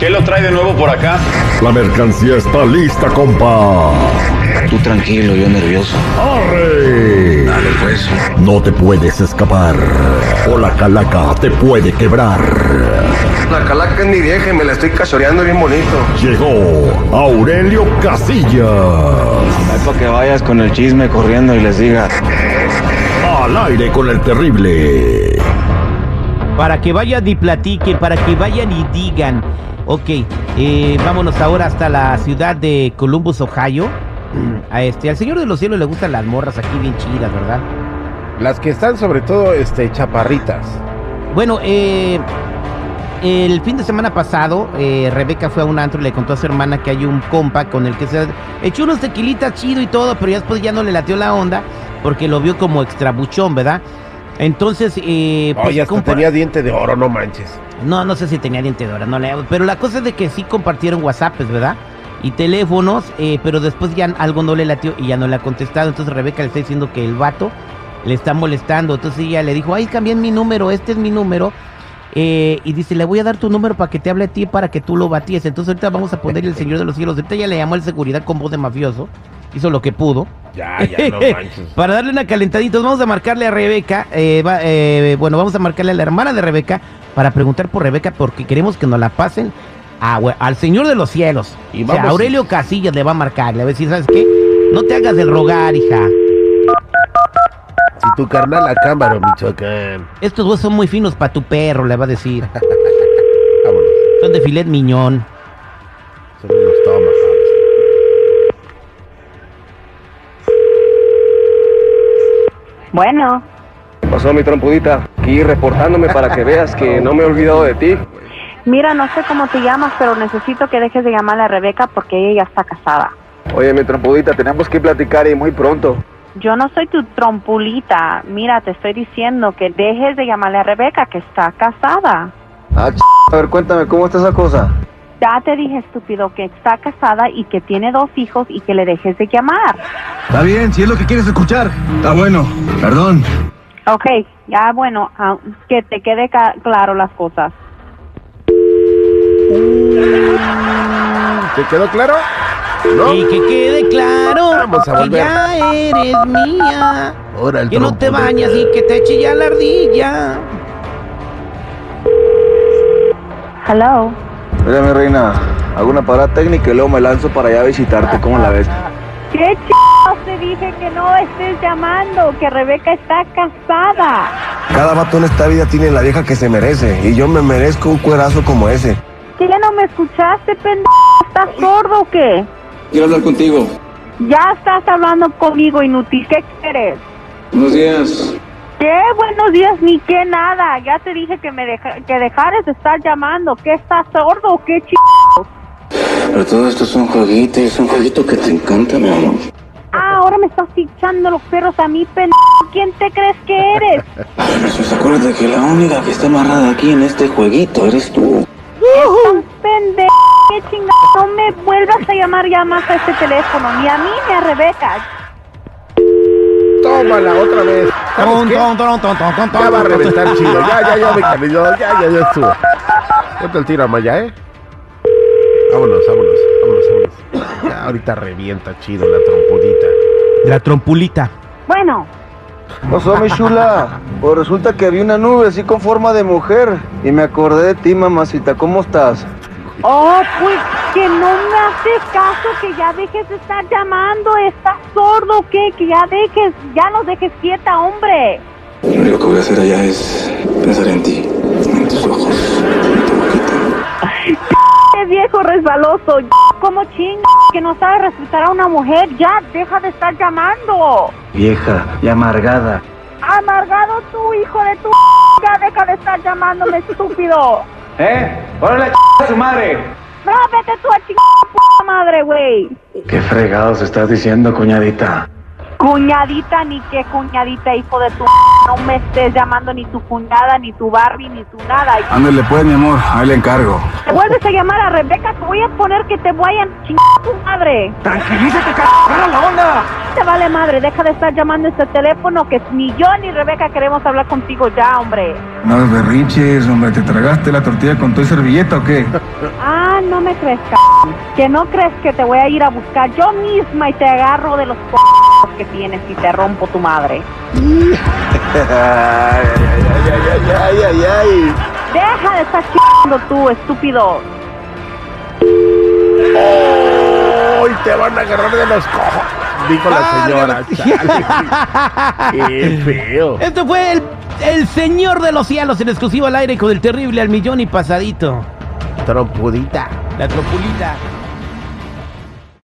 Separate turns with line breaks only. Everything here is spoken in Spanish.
¿Qué lo trae de nuevo por acá?
La mercancía está lista, compa.
Tú tranquilo, yo nervioso.
¡Arre!
Dale, pues.
No te puedes escapar. O la calaca te puede quebrar.
La calaca es mi vieja y me la estoy cachoreando bien bonito.
Llegó Aurelio Casillas.
Es para que vayas con el chisme corriendo y les digas.
Al aire con el terrible.
Para que vayan y platiquen, para que vayan y digan. Ok, eh, vámonos ahora hasta la ciudad de Columbus, Ohio. A este, al señor de los cielos le gustan las morras aquí bien chidas, ¿verdad?
Las que están sobre todo este, chaparritas.
Bueno, eh, el fin de semana pasado, eh, Rebeca fue a un antro y le contó a su hermana que hay un compa con el que se echó unos tequilitas chido y todo, pero ya después ya no le latió la onda porque lo vio como extrabuchón, ¿verdad? Entonces, eh, pues,
Oye, hasta
compa-
tenía diente de oro, no manches.
no, no sé si tenía diente de oro, no le Pero la cosa es de que sí compartieron WhatsApps, ¿verdad? Y teléfonos, eh, pero después ya algo no le latió y ya no le ha contestado. Entonces Rebeca le está diciendo que el vato le está molestando. Entonces ella le dijo, ay, cambié mi número, este es mi número. Eh, y dice, le voy a dar tu número para que te hable a ti, para que tú lo batíes. Entonces ahorita vamos a poner el Señor de los Cielos. Ahorita ya le llamó al seguridad con voz de mafioso. Hizo lo que pudo.
Ya, ya, no manches.
Para darle una calentadita, vamos a marcarle a Rebeca. eh, va- eh, bueno, vamos a marcarle a la hermana de Rebeca para preguntar por Rebeca porque queremos que nos la pasen a- al Señor de los Cielos.
Y
O sea,
vamos-
Aurelio Casillas le va a marcarle. A ver si sabes qué. No te hagas el rogar, hija.
Si tu carnal a cámara, Michoacán.
Estos dos son muy finos para tu perro, le va a decir.
Vámonos.
Son de filet miñón.
Son unos tomas.
Bueno,
¿Qué pasó, mi trompudita? Aquí reportándome para que veas que no me he olvidado de ti.
mira, no sé cómo te llamas, pero necesito que dejes de llamar a Rebeca porque ella ya está casada.
Oye, mi trompudita, tenemos que platicar y muy pronto.
Yo no soy tu trompulita. Mira, te estoy diciendo que dejes de llamarle a Rebeca que está casada.
Ah, ch... A ver, cuéntame, ¿cómo está esa cosa?
Ya te dije, estúpido, que está casada y que tiene dos hijos y que le dejes de llamar.
Está bien, si es lo que quieres escuchar. Está bueno, perdón.
Ok, ya bueno, ah, que te quede ca- claro las cosas.
¿Te quedó claro?
Y que quede claro
Vamos a
que
volver.
ya eres mía.
Ahora el
Que no te
trompo de-
bañas y que te eche ya la ardilla.
Hello.
Mira, mi reina, hago una parada técnica y luego me lanzo para allá a visitarte. ¿Cómo la ves?
¿Qué ch... te dije que no estés llamando? Que Rebeca está casada.
Cada vato en esta vida tiene la vieja que se merece. Y yo me merezco un cuerazo como ese.
¿Que ya no me escuchaste, pendejo? ¿Estás sordo o qué?
Quiero hablar contigo.
Ya estás hablando conmigo, inútil. ¿Qué quieres?
Buenos días.
¿Qué? Buenos días, ni qué nada. Ya te dije que me deja- que dejares de estar llamando. ¿Qué estás sordo o qué ch...
Pero todo esto es un jueguito, es un jueguito que te encanta, mi amor.
Ah, ahora me estás hinchando los perros a mí, pendejo. ¿Quién te crees que eres?
Jesús, acuérdate que la única que está amarrada aquí en este jueguito eres tú.
Tan pendejo, qué chingada. No me vuelvas a llamar ya más a este teléfono, ni a mí ni a Rebeca.
Tómala otra vez. ¿Sabes
Ton,
qué?
ton, ton, ton, ton, ton,
Ya va
ton,
a
ton.
reventar chido. Ya, ya, ya, me calidó. Ya, ya, ya estuvo. Ponte el tiro a Maya, ¿eh? Vámonos, vámonos, vámonos, vámonos. Ya, ahorita revienta chido la trompudita.
La trompulita.
Bueno,
Pasó, mi chula. Pues resulta que vi una nube así con forma de mujer. Y me acordé de ti, mamacita. ¿Cómo estás?
oh, pues que no me haces caso, que ya dejes de estar llamando. Estás sordo, ¿qué? Que ya dejes, ya nos dejes quieta, hombre.
Lo único que voy a hacer allá es pensar en ti, en tus ojos, en tu boquita.
Qué viejo resbaloso. Como chinga que no sabe respetar a una mujer, ya deja de estar llamando.
Vieja y amargada.
Amargado tú, hijo de tu ya deja de estar llamándome estúpido. ¿Eh? ¡Órale la a su madre! No, vete tú a chingar a tu puta madre, güey.
¿Qué fregados estás diciendo, cuñadita?
Cuñadita, ni qué cuñadita, hijo de tu no me estés llamando ni tu cuñada, ni tu Barbie, ni tu nada. Y
Ándale pues, mi amor, ahí le encargo.
si te vuelves a llamar a Rebeca, te voy a poner que te vayan a chingar a tu madre.
¡Tranquilízate, cara! la onda!
te vale madre? Deja de estar llamando este teléfono que ni yo ni Rebeca queremos hablar contigo ya, hombre.
No es berrinches, hombre, ¿te tragaste la tortilla con tu servilleta o qué?
Ah, no me crees, c Que no crees que te voy a ir a buscar yo misma y te agarro de los c que tienes y te rompo tu madre.
Ay, ay, ay, ay, ay, ay, ay.
Deja de estar chingando tú, estúpido.
¡Uy, te van a agarrar de los cojos! Dijo la señora. Chale. ¡Qué feo!
Este fue el, el señor de los cielos en exclusivo al aire con el terrible al millón y pasadito.
Trompudita.
La tropulita.